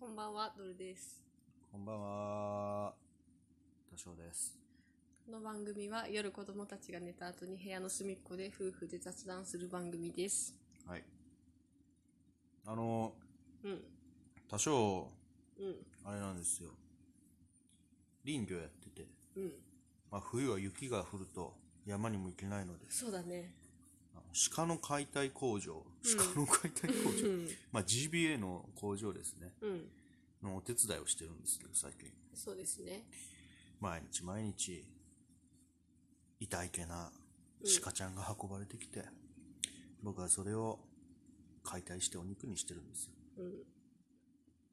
こんばんは、ドルです。こんばんは。多少です。この番組は夜子供たちが寝た後に部屋の隅っこで夫婦で雑談する番組です。はい。あの、うん、多少、うん、あれなんですよ。林業やってて、うん。まあ冬は雪が降ると山にも行けないので、そうだね。あの鹿の解体工場、うん鹿の解体工う場、 ん、まあ GBA の工場ですね、うん、のお手伝いをしてるんですけど、最近。そうですね。毎日毎日、痛いけな鹿ちゃんが運ばれてきて、僕はそれを解体してお肉にしてるんですよ。う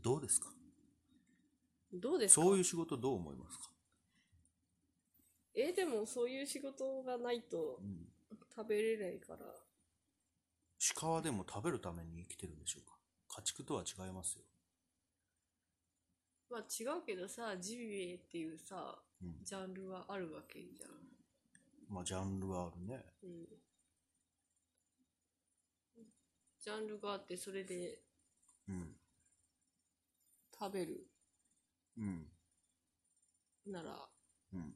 どうですかん。どうですかそういう仕事どう思いますか、えーでもそういう仕事がないとうん、食べれないから。鹿はでも食べるために生きてるんでしょうか家畜とは違いますよ。まあ違うけどさ、ジビエっていうさ、うんジャンルはあるわけじゃん。まあ、ジャンルはあるね。うん。ジャンルがあって、それでうん。食べるうん。なら、うん。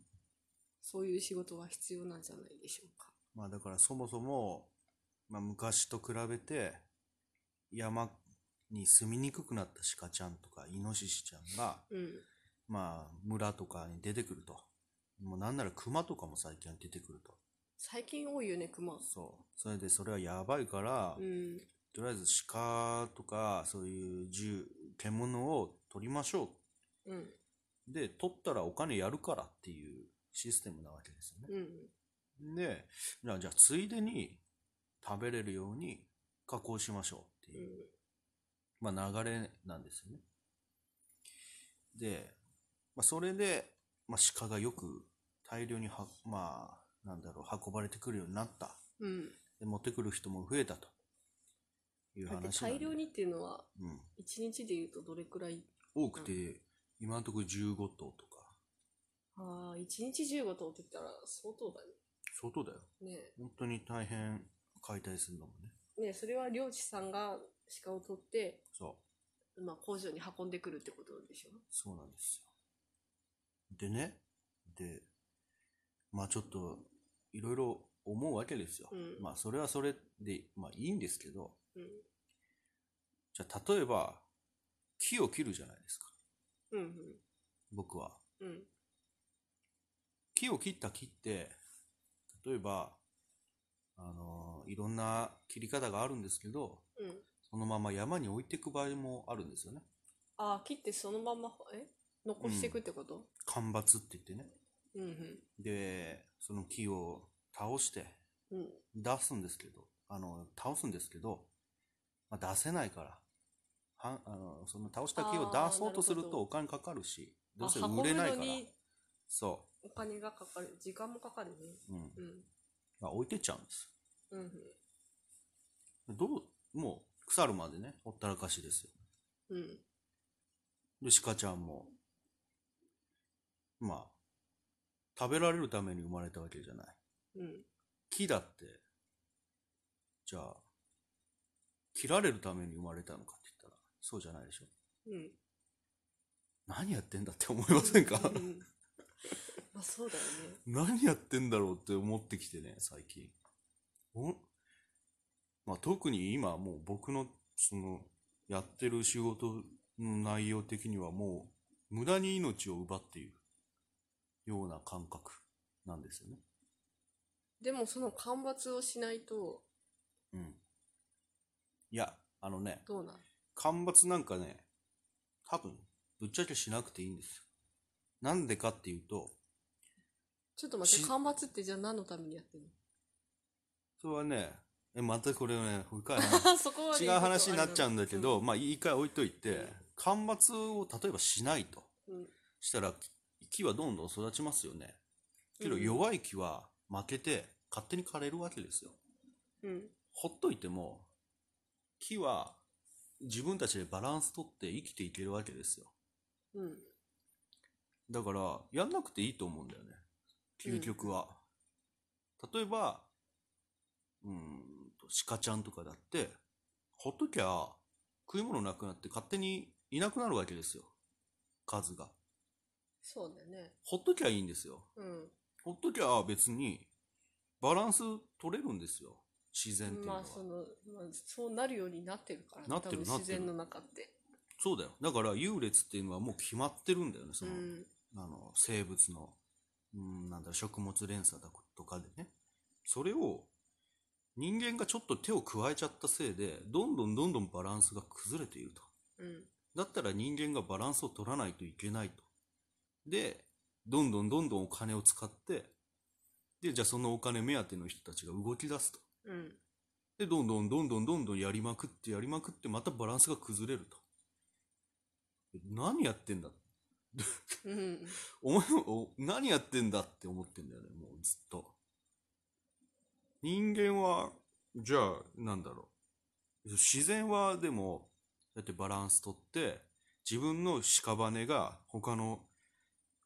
そういう仕事は必要なんじゃないでしょうか。まあ、だからそもそも、まあ、昔と比べて、山に住みにくくなった鹿ちゃんとか、イノシシちゃんが、うん。まあ、村とかに出てくると。もうなんなら熊とかも最近は出てくると。最近多いよね、熊。そう。それでそれはやばいから、うん。とりあえず鹿とか、そういう銃、獣を取りましょうん。う。で、取ったらお金やるからっていうシステムなわけですよね。うん。で、じゃあ、じゃあついでに食べれるように加工しましょうってういう、ん。まあ流れなんですよね。で、まあそれで、まあ鹿がよく大量には、まあ、なんだろう、運ばれてくるようになった。うん。で、持ってくる人も増えたというだ話っなんてで大量にっていうのは、うん。一日で言うとどれくらい多くて、今のところ15頭とか。ああ、一日15頭って言ったら相当だ相当だよ。ね。ね本当に大変解体するのもね。えねえそれは漁師さんが鹿を取って、そう。まあ、工場に運んでくるってことでしょ。そうなんですよ。でね、で、まあちょっと、いろいろ思うわけですよ。うんまあそれはそれで、まあいいんですけど、うん。じゃあ例えば、木を切るじゃないですか。うん僕は。うん。うん。木を切った木って、例えば、あのいろんな切り方があるんですけど、うん。そのまま山に置いていく場合もあるんですよね。ああ、切ってそのまま、え残していくってこと間伐って言ってね。うんで、その木を倒して、うん。うん。出すんですけど、あの、倒すんですけど、まあ、出せないから、はんあのその倒した木を出そうとすあるーなるほどとお金かかるし、どあうせ運売れないかぶのら。にそお金がかかる。時間もかかるね。う。うん。うん。まあ、置いてっちゃうんですうんうん。よ。どう、もう、腐るまでね、ほったらかしですよ。うん。で、鹿ちゃんも、まあ、食べられるために生まれたわけじゃない。うん。木だって、じゃあ、切られるために生まれたのかって言ったら、そうじゃないでしょ。うん。何やってんだって思いませ んかうんまあそうだよね。何やってんだろうって思ってきてね、最近。おまあ、特に今もう僕の、その、やってる仕事の内容的にはもう、無駄に命を奪っているような感覚なんですよね。でもその間伐をしないと、うん。いや、あのね、どうなん干ばつなんかね、多分、ぶっちゃけしなくていいんですよ。なんでかっていうと、ちょっと待って、し間伐ってじゃあ何のためにやってるそれはね、え、またこれ ね、深い話のそこはね、違う話になっちゃうんだけど、うんまあ一回置いといて、うん間伐を例えばしないとうん。したら木はどんどん育ちますよねけどうん弱い木は負けて勝手に枯れるわけですようん。ほっといても木は自分たちでバランス取って生きていけるわけですようん。だからやんなくていいと思うんだよね究極は、例えばうーんと鹿ちゃんとかだってほっときゃ食い物なくなって勝手にいなくなるわけですよ。数が。そうだよね。ほっときゃいいんですよ。うん。ほっときゃ別にバランス取れるんですよ。自然っていうのまは。あその、まあ、そうなるようになってるからねなってる多分自然の中ってそうだよ。だから優劣っていうのはもう決まってるんだよね。そうの、んあの生物の、うん、なんだろう食物連鎖だとかでね。それを人間がちょっと手を加えちゃったせいで、どんどんどんどんバランスが崩れていると。うんだったら人間がバランスを取らないといけないと。で、どんどんどんどんお金を使って、で、じゃあそのお金目当ての人たちが動き出すと。うんで、どんどんどんどんどんどんやりまくってやりまくって、またバランスが崩れると。何やってんだうんお前もお何やってんだって思ってんだよね、もうずっと。人間は、じゃあ、なんだろう。自然はでも、だってバランス取って、自分の屍が他の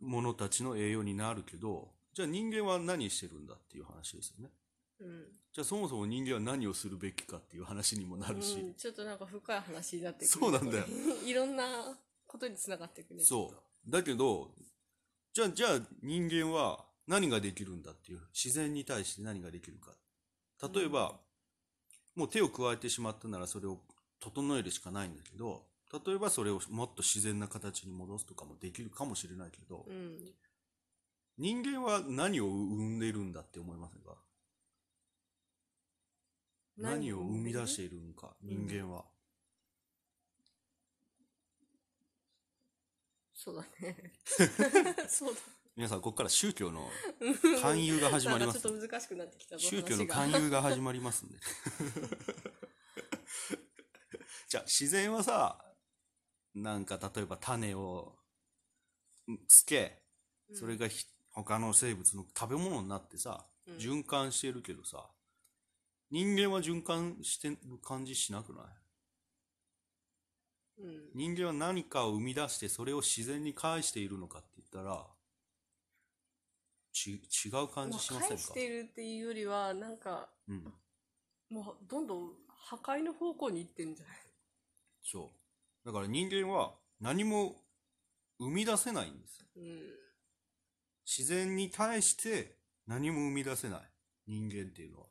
ものたちの栄養になるけど、じゃあ人間は何してるんだっていう話ですよね。うんじゃあそもそも人間は何をするべきかっていう話にもなるし。うん、ちょっとなんか深い話になってくるそうなんだよこれ いろんなことにつながってくねそちょっう。だけど、じゃあ、じゃあ人間は何ができるんだっていう、自然に対して何ができるか。例えば、もう手を加えてしまったならそれを整えるしかないんだけど、例えばそれをもっと自然な形に戻すとかもできるかもしれないけどと、うん人間は何を生んでいるんだって思いませんか何を生み出しているのか、うん人間は。そうだね そうだ皆さん、ここから宗教の勧誘が始まります。なんかちょっと難しくなってきたぞ宗教の話勧が誘が始まりますんで。 じゃあ自然はさ、なんか例えば種をんつけ、それがひ他の生物の食べ物になってさ、うん循環してるけどさ、人間は循環してる感じしなくないうん人間は何かを生み出してそれを自然に返しているのかって言ったら、ち違う感じしません返かしているっていうよりはなんかうん。もうどんどん破壊の方向に行ってんじゃないそう。だから人間は何も生み出せないんですよ。うん自然に対して何も生み出せない。人間っていうのは。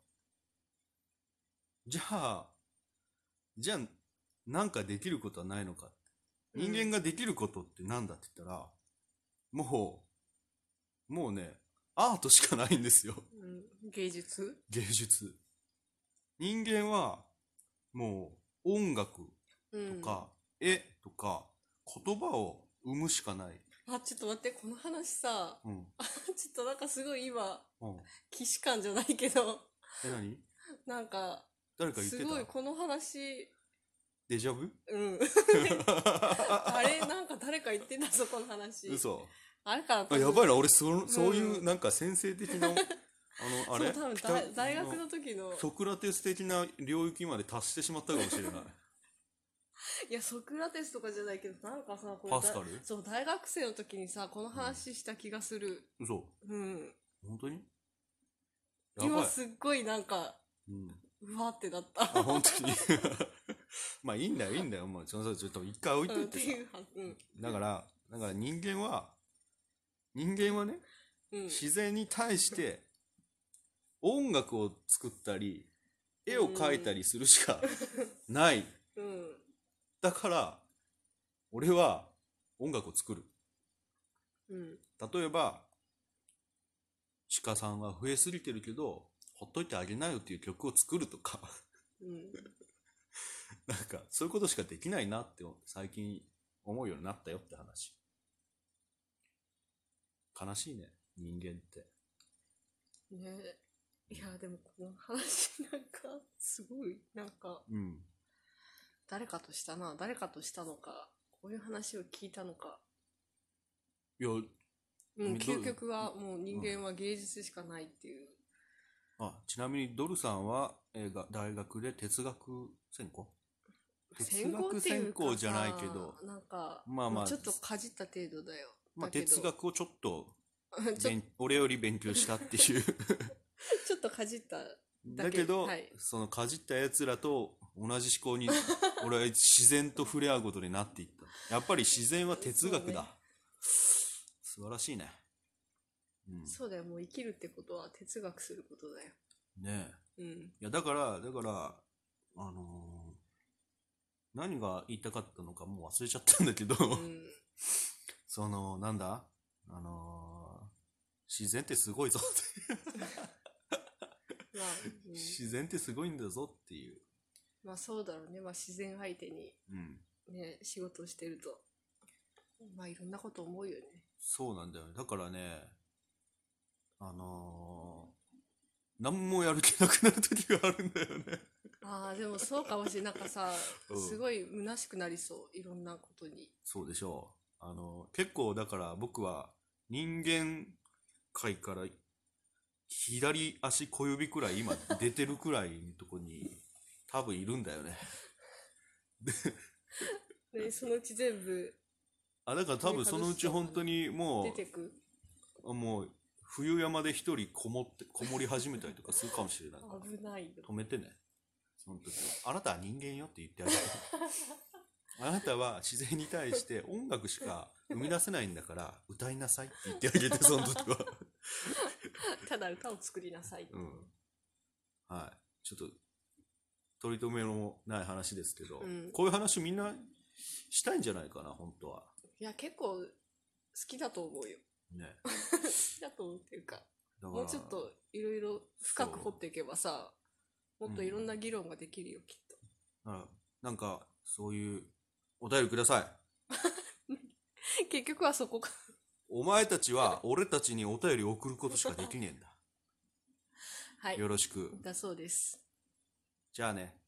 じゃあ、じゃあ、なんかできることはないのか。人間ができることってなんだって言ったら、もう、もうね、アートしかないんですよ。うん芸術芸術。人間は、もう、音楽ととか、絵とか、言葉を生むしかない。あ、ちょっと待って、この話さ、うちょん。っとなんかすごい今、うん。既視感じゃないけど、え、何なんか、誰か言ってすたごいこの話、デジ ャブうん。あれ、なんか誰か言ってたぞ、この話。嘘。あれかあ、なやばいな、俺、その、んそういう、なんか先生的な、あ の、あれそう、多分ピタ大大学の時の、ソクラテス的な領域まで達してしまったかもしれない。いや、ソクラテスとかじゃないけど、なんかさ、これパスカルだそう、大学生の時にさ、この話した気がする。嘘。うん。本当にやば今い。すっごいなんか、うん。うわってなった。あ、本当に。 まあ、いいんだよ、いいんだよ。もう、ちょっと、ちょっと、一回置いとうんいっててさいう話。うん。だから、だから人間は、人間はね、うん。自然に対して音楽を作ったり絵を描いたりするしかないうん。だから俺は音楽を作るうん。例えば鹿さんは増えすぎてるけどほっといてあげなよっていう曲を作るとか うん。なんかそういうことしかできないなって最近思うようになったよって話悲しいね人間ってねいやでもこの話なんかすごいなんかうん誰かとしたな誰かとしたのかこういう話を聞いたのかいやうんみど究極はもう人間は芸術しかないっていうあちなみにドルさんは、えーが大学で哲学専攻哲学専攻じゃないけどさなんかまあまあちょっとかじった程度だよまあ、だけど哲学をちょっと ちょ勉俺より勉強したっ ていうちょっとかじっただけど、はいそのかじったやつらと同じ思考に 俺は自然と触れ合うことになっていったやっぱり自然は哲学だ、そうね素晴らしいねうんそうだよ、もう生きるってことは哲学することだよ。ねえうん。いや、だから、だから、あのー何が言いたかったのかもう忘れちゃったんだけど、うん、その、なんだあのー自然ってすごいぞっまあ、うて、 ん、自然ってすごいんだぞっていう。まあそうだろうね。まあ自然相手にうん。ね、仕事をしてると。まあいろんなこと思うよね。そうなんだよね。だからね、あのー何もやる気なくなる時があるんだよね。ああ、でもそうかもしれない。なんかさ、うんすごい虚しくなりそう。いろんなことに。そうでしょう。あの、結構だから僕は人間界から左足小指くらい今出てるくらいのとこに多分いるんだよね。で、そのうち全部あ、だから多分そのうち本当に出もてく。う、もう冬山で一人こもって、こもり始めたりとかするかもしれないか ら。危ないよ。止めてね。その時はあなたは人間よって言 ってあげて。あなたは自然に対して音楽しか生み出せないんだから歌いなさいって言ってあげて、そ の時は。ただ歌を作りなさい。うん。はい。ちょっと、取り留めのない話ですけど、うんこういう話みんなしたいんじゃないかな、本当は。いや、結構好きだと思うよ。ね。好きだと思うっていうか、だからもうちょっといろいろ深く掘っていけばさ、もっといろんな議論ができるよ、きっと。だからなんか、そういう、お便りください。結局はそこか。お前たちは、俺たちにお便りを送ることしかできねえんだ。はいよ。ろしく。だそうです。じゃあね。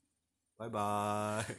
バイバーイ。